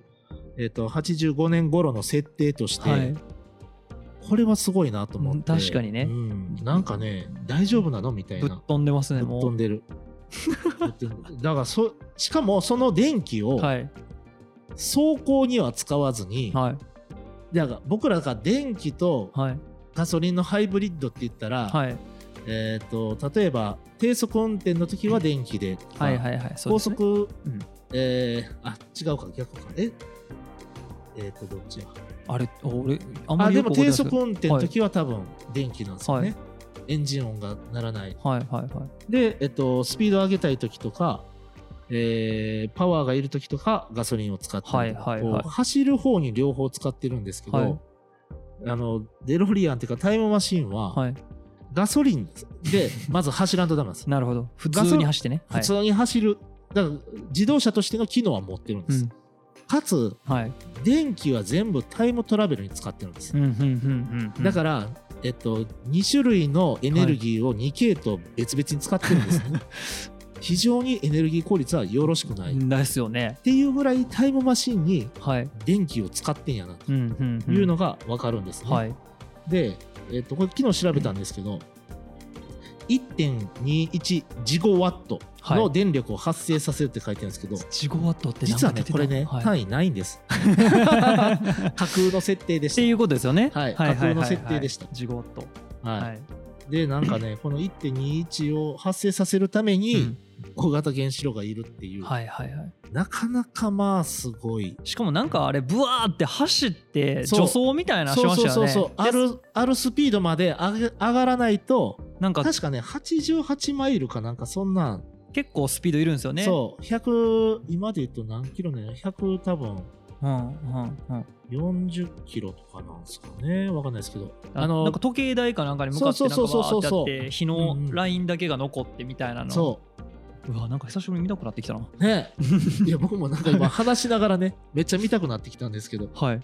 Speaker 2: えっと85年頃の設定として、
Speaker 1: はい
Speaker 2: これはすごいなと思って
Speaker 1: うん確かにね
Speaker 2: うんなんかね大丈夫なのみたい
Speaker 1: ぶっ
Speaker 2: な
Speaker 1: 飛んでます
Speaker 2: ぶ
Speaker 1: ね
Speaker 2: っ
Speaker 1: もう
Speaker 2: 飛んでるぶっ飛んでるだからそしかもその電気を
Speaker 1: はい
Speaker 2: 走行には使わずに、
Speaker 1: はい
Speaker 2: だから僕らが電気と
Speaker 1: はい
Speaker 2: ガソリンのハイブリッドって言ったら、
Speaker 1: はい
Speaker 2: えー、と例えば低速運転の時は電気で、
Speaker 1: はいはいはいそう
Speaker 2: 高
Speaker 1: ですね
Speaker 2: 速、
Speaker 1: うん
Speaker 2: えーあ違うか逆かええー、とどっちや
Speaker 1: あれ俺あんま
Speaker 2: あ
Speaker 1: り
Speaker 2: で
Speaker 1: よく
Speaker 2: も
Speaker 1: 覚えてない
Speaker 2: 低速
Speaker 1: です
Speaker 2: 運転の時は多分電気なんですよね、エンジン音が鳴らない
Speaker 1: はいはいはい
Speaker 2: で、えっと、スピード上げたい時とか、えーパワーがいる時とかガソリンを使って、
Speaker 1: はいはいはい
Speaker 2: こう走る方に両方使ってるんですけど、
Speaker 1: はい
Speaker 2: あのデロリアンっていうかタイムマシンは、
Speaker 1: はい
Speaker 2: ガソリン でまず走らんとダメなんです
Speaker 1: なるほど普
Speaker 2: ガソ
Speaker 1: 通に走ってねは
Speaker 2: 普
Speaker 1: い
Speaker 2: 通に走る、だから自動車としての機能は持ってるんで
Speaker 1: う
Speaker 2: す、
Speaker 1: ん
Speaker 2: かつ
Speaker 1: はい
Speaker 2: 電気は全部タイムトラベルに使ってるんです、
Speaker 1: うんうんうんうん
Speaker 2: だから、えっと、2種類のエネルギーを2系と別々に使ってるんですね、 非常にエネルギー効率はよろしくない、っ
Speaker 1: ですよね
Speaker 2: ていうぐらいタイムマシンに
Speaker 1: はい
Speaker 2: 電気を使ってんやなと
Speaker 1: うんうんうん
Speaker 2: いうのが分かるんですね、
Speaker 1: はい
Speaker 2: で、えっと、これ昨日調べたんですけど1.21ジゴワットの電力を発生させるって書いてあるんですけど、
Speaker 1: 自5ワットってなん
Speaker 2: 実
Speaker 1: か
Speaker 2: はね
Speaker 1: 出てた
Speaker 2: これね、
Speaker 1: はい
Speaker 2: 単位ないんです 架空の設定で
Speaker 1: っ
Speaker 2: して
Speaker 1: いうことですよね。
Speaker 2: はい架空の設定でした
Speaker 1: ジゴット。
Speaker 2: た、はい
Speaker 1: はい。
Speaker 2: でなんか ねこの1.21を発生させるため
Speaker 1: う
Speaker 2: に
Speaker 1: ん
Speaker 2: 小型原子炉がいるっていう、
Speaker 1: はいはいはい。
Speaker 2: なかなかまあすごい
Speaker 1: しかもなんかあれブワーって走って
Speaker 2: そう
Speaker 1: 助走みたいなのし
Speaker 2: そう
Speaker 1: まし
Speaker 2: そ
Speaker 1: たよ
Speaker 2: うそう
Speaker 1: ね。
Speaker 2: そうあるあるスピードまで上げ上がらないと
Speaker 1: なんか
Speaker 2: 確かね88マイルかなんかそんなん、
Speaker 1: 結構スピードいるんですよね。
Speaker 2: そう100今で言うと何キロね100多分
Speaker 1: うんうんうん。
Speaker 2: 40キロとかなんですかねわかんないですけど
Speaker 1: あ
Speaker 2: あの
Speaker 1: のなんか時計台かなんかに向かってなんか
Speaker 2: そ
Speaker 1: バ
Speaker 2: うそう
Speaker 1: ー
Speaker 2: そうそう
Speaker 1: って
Speaker 2: そう
Speaker 1: やって日のラインだけが残ってみたいなの。
Speaker 2: そう
Speaker 1: う。わなんか久しぶりに見たくなってきたな。
Speaker 2: ねいや僕もなんか今話しながらねめっちゃ見たくなってきたんですけど
Speaker 1: はい。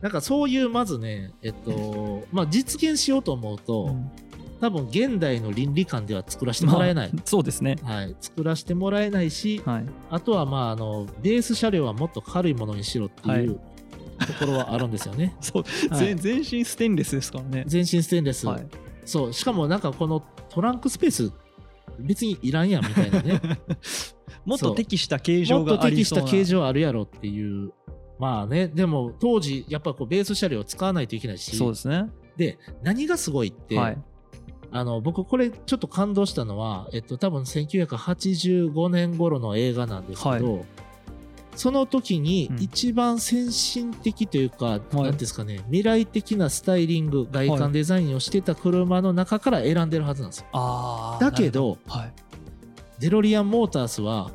Speaker 2: なんかそういうまずねえっとまあ実現しようと思うと、
Speaker 1: うん
Speaker 2: 多分現代の倫理観では作らせてもらえない、
Speaker 1: まあそうですね。
Speaker 2: はい、作らせてもらえないし
Speaker 1: はい。
Speaker 2: あとはまああのベース車両はもっと軽いものにしろっていう、ところはあるんですよね
Speaker 1: そう。
Speaker 2: はい
Speaker 1: 全全身ステンレスですからね。
Speaker 2: 全身ステンレス、
Speaker 1: はい。
Speaker 2: そうしかもなんかこのトランクスペース別にいらんやんみたい なね
Speaker 1: もっと適した形
Speaker 2: も
Speaker 1: 状
Speaker 2: っと
Speaker 1: があり
Speaker 2: 適し
Speaker 1: そうな。
Speaker 2: た形状あるやろっていうまあねでも当時やっぱこうベース車両を使わないといけないし
Speaker 1: そうですね。
Speaker 2: で何がすごいって、
Speaker 1: はい。
Speaker 2: あの僕これちょっと感動したのは、えっと、多分1985年頃の映画なんですけど、その時に
Speaker 1: うん
Speaker 2: 一番先進的というか、
Speaker 1: い
Speaker 2: なんですかね、未来的なスタイリング、外
Speaker 1: はい
Speaker 2: 観デザインをしてた車の中から選んでるはずなんですよ。
Speaker 1: あー
Speaker 2: だけど、
Speaker 1: なる
Speaker 2: デロリアンモータースは、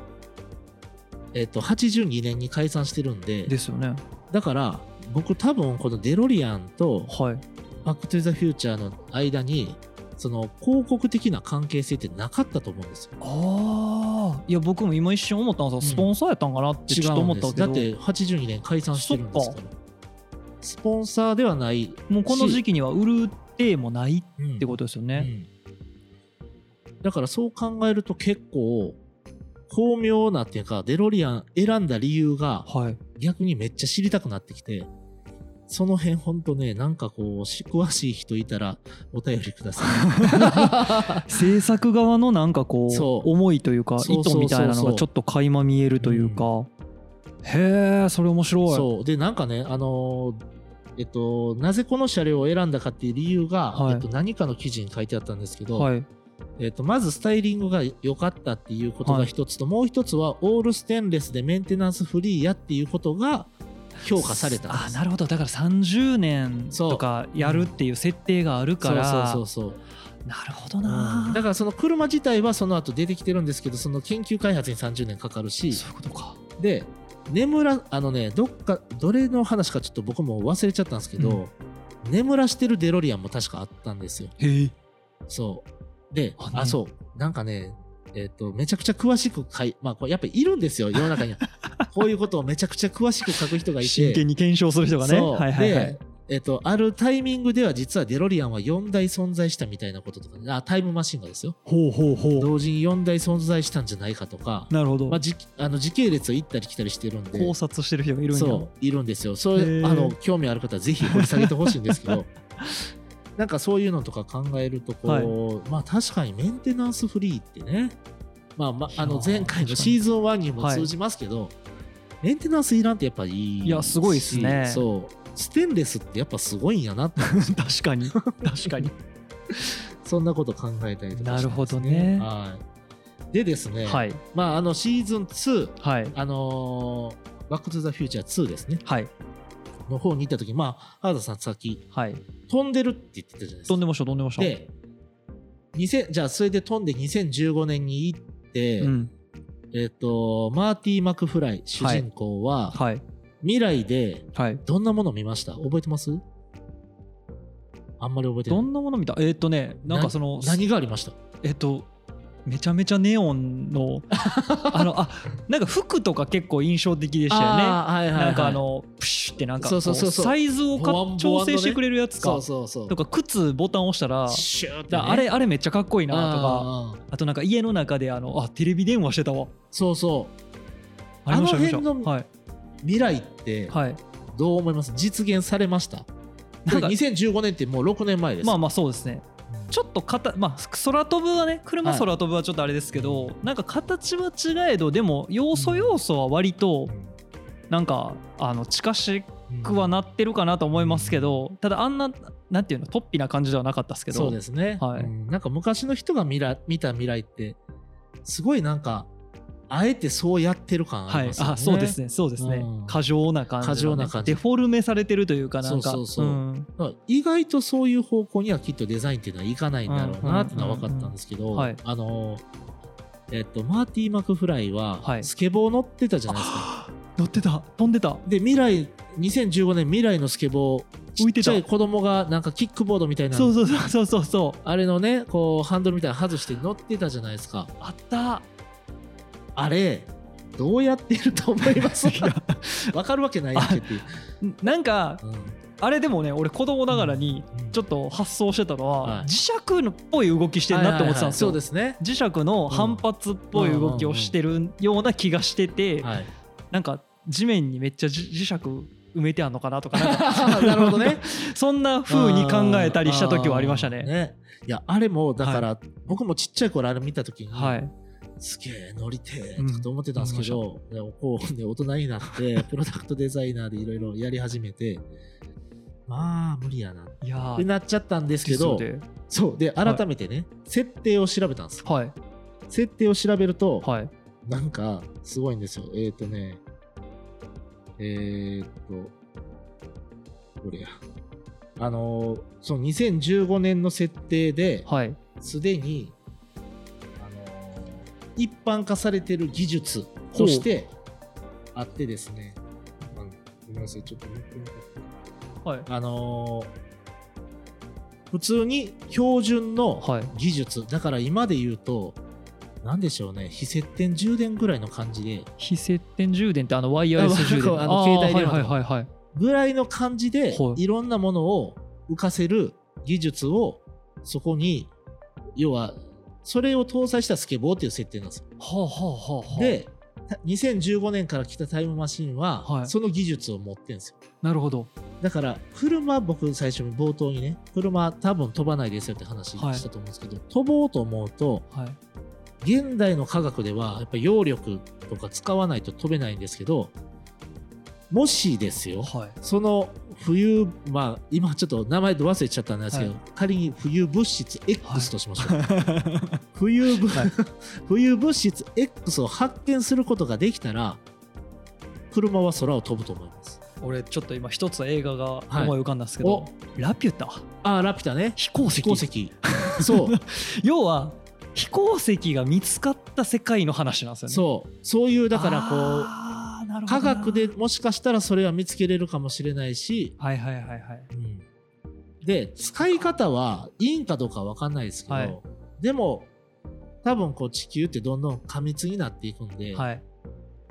Speaker 2: えっと、82年に解散してるん
Speaker 1: ほ
Speaker 2: で
Speaker 1: ど、ですよね
Speaker 2: だから、僕多分このデロリアンと
Speaker 1: はい
Speaker 2: バックトゥザフューチャーの間に、その広告的な関係性ってなかったと思うんですよ。
Speaker 1: ああいや僕も今一瞬思ったのさスポンサーやったんかなってちょっと思ったけど、
Speaker 2: だって82年解散してるんですから。スポンサーではない。
Speaker 1: もうこの時期には売る手もない
Speaker 2: うん
Speaker 1: ってことですよね、
Speaker 2: うんだからそう考えると結構巧妙なっていうかデロリアン選んだ理由が
Speaker 1: はい
Speaker 2: 逆にめっちゃ知りたくなってきてその辺ほんとねなんかこうし詳しい人いたらお便りくださ い
Speaker 1: 制作側のなんかこ
Speaker 2: そうう
Speaker 1: 思いというか
Speaker 2: そう
Speaker 1: 意図みたいなの
Speaker 2: そうそ
Speaker 1: が
Speaker 2: うそう
Speaker 1: ちょっと垣間見えるというか、へえそれ面白い
Speaker 2: そうでなんかねあのーえっと、なぜこの車両を選んだかっていう理由が、
Speaker 1: はい
Speaker 2: えっと、何かの記事に書いてあったんですけど、
Speaker 1: はい
Speaker 2: えっと、まずスタイリングが良かったっていうことが一つと、もう一つはオールステンレスでメンテナンスフリーやっていうことが評価されたん
Speaker 1: あ
Speaker 2: です
Speaker 1: なるほどだから30年とかやるっていう設定があるから
Speaker 2: そうそうそうそう、
Speaker 1: なるほどな、
Speaker 2: だからその車自体はその後出てきてるんですけどその研究開発に30年かかるし
Speaker 1: そういうことか
Speaker 2: で眠らあのねどっかどれの話かちょっと僕も忘れちゃったんですけど、眠らしてるデロリアンも確かあったんですよ
Speaker 1: へえ
Speaker 2: そう。で、
Speaker 1: あ
Speaker 2: あ,、
Speaker 1: ね
Speaker 2: そう。なんかね、えっ、と、めちゃくちゃ詳しく書い、まあ、これやっぱいるんですよ、世の中 には。こういうことをめちゃくちゃ詳しく書く人がいて。
Speaker 1: 真剣に検証する人がね
Speaker 2: そう。
Speaker 1: はいはいはい
Speaker 2: で、えっ、と、あるタイミングでは実はデロリアンは4台存在したみたいなこととか、ね、あ、タイムマシンがですよ。
Speaker 1: ほうほうほ
Speaker 2: 同時に4台存在したんじゃないかとか、
Speaker 1: なるほど、
Speaker 2: まあ、じあの時系列を行ったり来たりしてるんで。
Speaker 1: 考察してる人がいるんや
Speaker 2: そういるんですよそ
Speaker 1: へ
Speaker 2: れ
Speaker 1: ー
Speaker 2: あの興味ある方はぜひ掘り下げてほしいんです けどなんかそういうのとか考えるとこう、まあ確かにメンテナンスフリーってね、まあ、まあ
Speaker 1: い
Speaker 2: の
Speaker 1: やー
Speaker 2: 前回の
Speaker 1: 確かに
Speaker 2: シーズン1にも通じますけど、メンテナンスいらんってやっぱいい
Speaker 1: いやすごいっすね
Speaker 2: しそうステンレスってやっぱすごいんやなって
Speaker 1: 確かに確かに
Speaker 2: そんなこと考えたりとかしてます
Speaker 1: なるほどね
Speaker 2: はい、でですね、
Speaker 1: はい
Speaker 2: まああのシーズン2
Speaker 1: はい
Speaker 2: あのーバック・トゥ・ザ・フューチャー2ですね
Speaker 1: はい
Speaker 2: の方に行った時まあ原田さんさっき
Speaker 1: はい
Speaker 2: 飛んでるって言ってたじゃないですか
Speaker 1: 飛んでました飛んでました
Speaker 2: で2000じゃあそれで飛んで2015年に行って、
Speaker 1: うん
Speaker 2: えっとマーティー・マクフライ主人公は、
Speaker 1: はい
Speaker 2: 未来で
Speaker 1: はい
Speaker 2: どんなものを見ました覚えてますあんまり覚えてな
Speaker 1: ど
Speaker 2: い
Speaker 1: んなもの見たえーっとねなんかその
Speaker 2: 何がありました
Speaker 1: えっとめちゃめちゃネオン のあのあなんか服とか結構印象的でしたよね
Speaker 2: あーはいはいはい
Speaker 1: なんかあのプシュってなんかこ
Speaker 2: そうそうそうそう
Speaker 1: サイズをか
Speaker 2: ボワンボワンのね
Speaker 1: 調整してくれるやつ
Speaker 2: そ
Speaker 1: か
Speaker 2: うそうそう
Speaker 1: とか靴ボタン押したら
Speaker 2: シューってね、
Speaker 1: だあれあれめっちゃかっこいいなとか
Speaker 2: あー
Speaker 1: あとなんか家の中であのあテレビ電話してたわ
Speaker 2: そうそう
Speaker 1: ありました
Speaker 2: あ
Speaker 1: あ
Speaker 2: の
Speaker 1: りま
Speaker 2: 辺の
Speaker 1: したはい
Speaker 2: 未来って
Speaker 1: はい
Speaker 2: どう思います実現されました
Speaker 1: なん
Speaker 2: こ
Speaker 1: か
Speaker 2: れ2015年ってもう6年前です
Speaker 1: まあまあそうですね
Speaker 2: うん
Speaker 1: ちょっと形まあ空飛ぶはね車
Speaker 2: はい
Speaker 1: 空飛ぶはちょっとあれですけど、なんか形は違えどでも要素要素は割となんかあの近しくはなってるかなと思いますけどただあんななんていうのトッピな感じではなかったですけど
Speaker 2: そうですね、
Speaker 1: はい
Speaker 2: うんなんか昔の人が見ら見た未来ってすごいなんかあえてそうやってる感あ
Speaker 1: は
Speaker 2: り
Speaker 1: い
Speaker 2: ますよね、
Speaker 1: あそうですねそうですね
Speaker 2: うん
Speaker 1: 過剰な感じのね
Speaker 2: 過剰な感じ
Speaker 1: デフォルメされてるというかなんか
Speaker 2: そうそうそうんだから意外とそういう方向にはきっとデザインっていうのはいかないんだろうなっていうのは分かったんですけ
Speaker 1: うん
Speaker 2: ど
Speaker 1: うんはい
Speaker 2: あのえっとマーティー・マクフライ
Speaker 1: は
Speaker 2: はいスケボー乗ってたじゃないですか、
Speaker 1: あ乗ってた飛んでた
Speaker 2: で未来2015年未来のスケボーち
Speaker 1: 浮い
Speaker 2: ってち
Speaker 1: た
Speaker 2: ゃい子供がなんかキックボードみたいな
Speaker 1: そうそうそうそうそうそう
Speaker 2: あれのねこうハンドルみたいなの外して乗ってたじゃないですか
Speaker 1: あった
Speaker 2: あれどうやってると思います
Speaker 1: いや
Speaker 2: わかるわけないやんけっていう。
Speaker 1: なんか
Speaker 2: うん
Speaker 1: あれでもね俺子供ながらにちょっと発想してたのは、
Speaker 2: はい
Speaker 1: 磁石のっぽい動きしてるなって思ってたんですよ、
Speaker 2: はいはいはいそうですね。
Speaker 1: 磁石の反発っぽい動きをしてるような気がしてて、
Speaker 2: はい。
Speaker 1: なんか地面にめっちゃじ磁石埋めてあんのかなとかなんか
Speaker 2: なるほどね。
Speaker 1: そんな 風に考えたりした時はありましたね。
Speaker 2: いやあれもだから、僕もちっちゃい頃あれ見た時に、
Speaker 1: はい、
Speaker 2: すげえ乗りてえとかと思ってたんですけど、でもこうね大人にな ってプロダクトデザイナーでいろいろやり始めて。まあ無理やなっ
Speaker 1: いやー
Speaker 2: てなっちゃったんですけど
Speaker 1: ですよね
Speaker 2: そうで
Speaker 1: はい
Speaker 2: 改めてね、設定を調べたんです
Speaker 1: はい
Speaker 2: 設定を調べると、
Speaker 1: はい
Speaker 2: なんかすごいんですよえっ、ー、とねえーっと、どれや。あのーその2015年の設定で、
Speaker 1: はい
Speaker 2: すでに、あのー一般化されてる技術としてあってですね、あごめんなさい、ちょっと待ってみて
Speaker 1: はい
Speaker 2: あのー普通に標準の
Speaker 1: はい
Speaker 2: 技術、だから今で言うと、なんでしょうね、非接点充電ぐらいの感じで、
Speaker 1: 非接点充電ってあのワイヤレス充電
Speaker 2: あわかるあの携帯電話
Speaker 1: はい
Speaker 2: とか
Speaker 1: はいはいはい
Speaker 2: ぐらいの感じで
Speaker 1: は、い
Speaker 2: いろんなものを浮かせる技術を、そこに、要は、それを搭載したスケボーっていう設定なんですよ。
Speaker 1: はあはあはあはあ
Speaker 2: で、2015年から来たタイムマシンは、
Speaker 1: はい
Speaker 2: その技術を持ってるんですよ。
Speaker 1: なるほど
Speaker 2: だから車僕最初に冒頭にね車多分飛ばないですよって話
Speaker 1: はい
Speaker 2: したと思うんですけど、飛ぼうと思うと
Speaker 1: はい
Speaker 2: 現代の科学ではやっぱり揚力とか使わないと飛べないんですけどもしですよ
Speaker 1: はい
Speaker 2: その冬まあ今ちょっと名前と忘れちゃったんですけど、
Speaker 1: はい
Speaker 2: 仮に浮遊物質 X とし ましょう、浮遊物
Speaker 1: はい
Speaker 2: 浮遊物質 X を発見することができたら車は空を飛ぶと思います
Speaker 1: 俺ちょっと今一つ映画が思い浮かんだんですけど、
Speaker 2: はい
Speaker 1: ラピュタ
Speaker 2: ああラピュタね
Speaker 1: 飛行石
Speaker 2: 飛行石そう
Speaker 1: 要は飛行石が見つかった世界の話なんですよね
Speaker 2: そうそういうだからこ
Speaker 1: あーなるほ
Speaker 2: う科
Speaker 1: どな
Speaker 2: 学でもしかしたらそれは見つけれるかもしれないし、
Speaker 1: はいはいはいはい
Speaker 2: で使い方はいいんかどうかわかんないですけど、
Speaker 1: はい
Speaker 2: でも多分こう地球ってどんどん過密になっていくんで、
Speaker 1: はい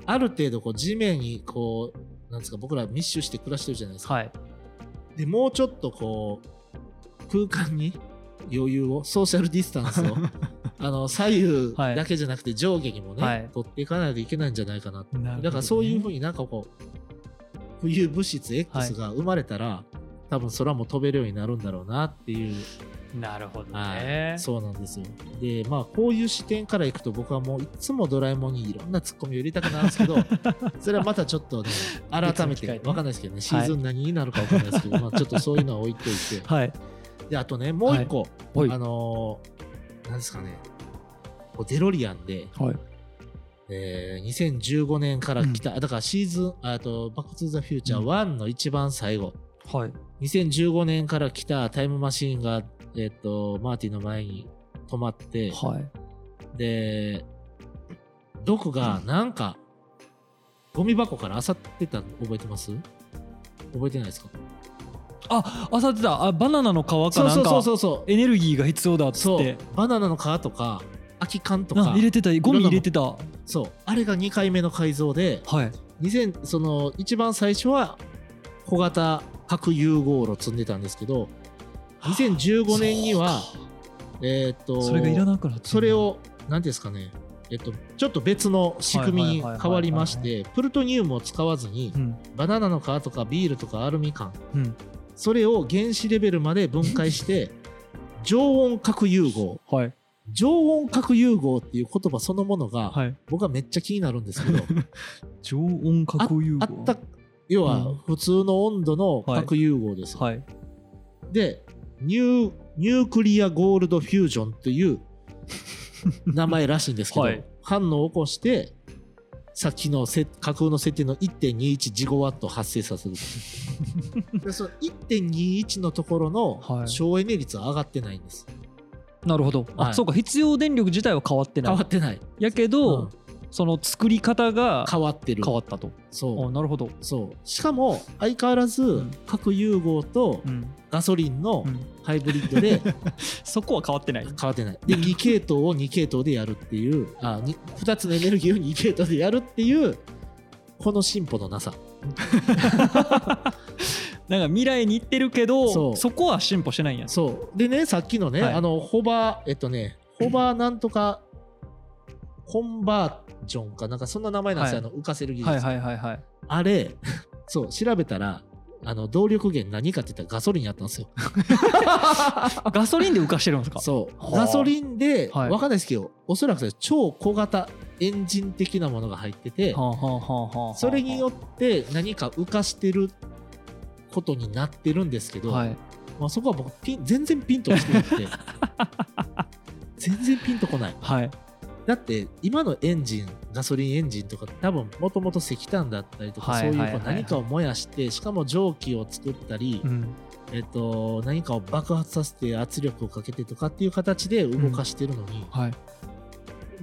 Speaker 2: ある程度こう地面にこうなんですか僕ら密集して暮らしてるじゃないですか、
Speaker 1: はい
Speaker 2: でもうちょっとこう空間に余裕をソーシャルディスタ ンスをあの左右
Speaker 1: はい
Speaker 2: だけじゃなくて上下にもね、
Speaker 1: はい
Speaker 2: 取っていかないといけないんじゃないかな
Speaker 1: なるほどね
Speaker 2: だからそういうふうになんかこう浮遊物質 X が生まれたら、多分空も飛べるようになるんだろうなっていう、
Speaker 1: なるほど
Speaker 2: は
Speaker 1: ね
Speaker 2: い、そうなんですよでまあこういう視点からいくと僕はもういつもドラえもんにいろんなツッコミを入れたくなるんで すけどそれはまたちょっとね改め
Speaker 1: 別の機
Speaker 2: て
Speaker 1: 会
Speaker 2: 分
Speaker 1: に
Speaker 2: かんないですけどねシーズン何になるか分かんないですけ ど、まあちょっとそういうのは置いといて
Speaker 1: はい
Speaker 2: であとねもう一個、
Speaker 1: はい
Speaker 2: あのーなんですかねこうデロリアンで、
Speaker 1: はい
Speaker 2: えー2015年から来た、だからシーズン、あと、バックトゥザフューチャー
Speaker 1: うん
Speaker 2: 1の一番最後、
Speaker 1: はい
Speaker 2: 2015年から来たタイムマシーンが、えっ、と、マーティの前に止まって、
Speaker 1: はい
Speaker 2: で、ドクがなんか、ゴミ箱から漁ってたの覚えてます覚えてないですか
Speaker 1: ああさってたあバナナの皮かなんか
Speaker 2: そうそうそうそうそう。
Speaker 1: エネルギーが必要だっつっ
Speaker 2: そう
Speaker 1: て。
Speaker 2: バナナの皮とか、空き缶と
Speaker 1: な
Speaker 2: か
Speaker 1: 入、れてたゴミ入れてたは
Speaker 2: そう。あれが2回目の改造で、
Speaker 1: い
Speaker 2: 2000その一番最初は小型核融合炉積んでたんですけど2015年には
Speaker 1: そうか
Speaker 2: えーっと
Speaker 1: それがいらなくなって
Speaker 2: それを何ですかねえっとちょっと別の仕組みに変わりまし
Speaker 1: はい
Speaker 2: てプルトニウムを使わずに
Speaker 1: うん
Speaker 2: バナナの皮とかビールとかアルミ缶
Speaker 1: うん
Speaker 2: それを原子レベルまで分解して 常温核融合
Speaker 1: はい
Speaker 2: 常温核融合っていう言葉そのものが、
Speaker 1: はい
Speaker 2: 僕はめっちゃ気になるんですけど
Speaker 1: 常温核融合
Speaker 2: あった要
Speaker 1: うん
Speaker 2: は普通の温度の核融合です、
Speaker 1: はい
Speaker 2: でニューニュークリアゴールドフュージョンという 名前らしいんですけど、
Speaker 1: はい
Speaker 2: 反応を起こしてさっきのせ架空の設定の1.21ジゴワットを発生 させるでその1.21のところ
Speaker 1: は
Speaker 2: の
Speaker 1: い
Speaker 2: 省エネ率は上がってないんです、
Speaker 1: なるほどあ
Speaker 2: はい
Speaker 1: そうか必要電力自体は変わってな
Speaker 2: 変わ
Speaker 1: い
Speaker 2: ってない、
Speaker 1: やけ
Speaker 2: う
Speaker 1: ど
Speaker 2: ん
Speaker 1: その作り方が
Speaker 2: 変わってる
Speaker 1: 変わったと
Speaker 2: そ
Speaker 1: あ
Speaker 2: う
Speaker 1: なるほど
Speaker 2: そうしかも相変わらず
Speaker 1: ん
Speaker 2: 核融合と
Speaker 1: うん
Speaker 2: ガソリンの
Speaker 1: うん
Speaker 2: ハイブリッ ドで
Speaker 1: そこは変わってない
Speaker 2: 変わってない。で、2系統を2系統でやるっていう、あ 2, つのエネルギーを2系統でやるっていう、この進歩のなさ。
Speaker 1: なんか未来に行ってるけ
Speaker 2: そ
Speaker 1: ど
Speaker 2: う
Speaker 1: そこは進歩してないんや
Speaker 2: そう。でね、さっきのね、
Speaker 1: はい
Speaker 2: あの、ホバー、えっとね、ホバーなんとか、コンバージョンかなんか、そんな名前なんですよ、
Speaker 1: は
Speaker 2: あの浮かせる技術。
Speaker 1: はいはいはいはい
Speaker 2: あれ、 そう、調べたら、あの動力源何かって言ったらガソリンやったんですよ。
Speaker 1: ガソリンで浮かしてるんですか
Speaker 2: そう。
Speaker 1: はあ
Speaker 2: ガソリンで、
Speaker 1: はい
Speaker 2: わかんないですけど、おそらく超小型エンジン的なものが入ってて、
Speaker 1: はあはあはあはあ
Speaker 2: それによって何か浮かしてることになってるんですけど、
Speaker 1: はい
Speaker 2: まあ、そこは 僕ピン全然ピンとしてなくて全然ピンとこない
Speaker 1: はい
Speaker 2: だって今のエンジンガソリンエンジンとか多分もともと石炭だったりとか
Speaker 1: はい
Speaker 2: そういう
Speaker 1: はいはい
Speaker 2: こう何かを燃やしてしかも蒸気を作ったり、
Speaker 1: うん
Speaker 2: えっと、何かを爆発させて圧力をかけてとかっていう形で動かしてるのに、
Speaker 1: はい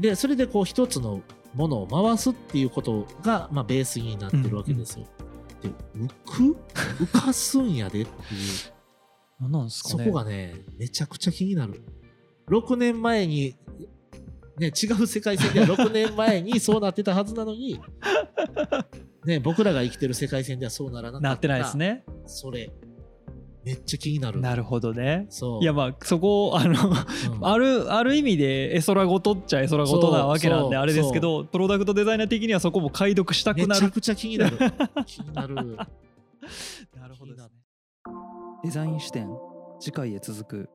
Speaker 2: でそれでこう一つのものを回すっていうことが、まあ、ベースになってるわけですよ。で浮く浮かすんやでっていう。
Speaker 1: 何なんですか
Speaker 2: そ
Speaker 1: ね
Speaker 2: こがね、めちゃくちゃ気になる。6年前に、ね、違う世界 線では6年前にそうなってたはずなのに、ね、僕らが生きてる世界線ではそうならなかった。
Speaker 1: なってないです。ね
Speaker 2: それ、めっちゃ気になる。
Speaker 1: なるほどね
Speaker 2: そう。
Speaker 1: いやまあそこあの
Speaker 2: うん
Speaker 1: あるある意味で絵空事っちゃ絵空事なわけなん
Speaker 2: そう
Speaker 1: であれですけどプロダクトデザイナー的にはそこも解読したく
Speaker 2: め
Speaker 1: な
Speaker 2: ちゃ
Speaker 1: る
Speaker 2: くちゃ気になる。気になる。
Speaker 1: なる
Speaker 2: ほどですね
Speaker 1: デザイン視点次回へ続く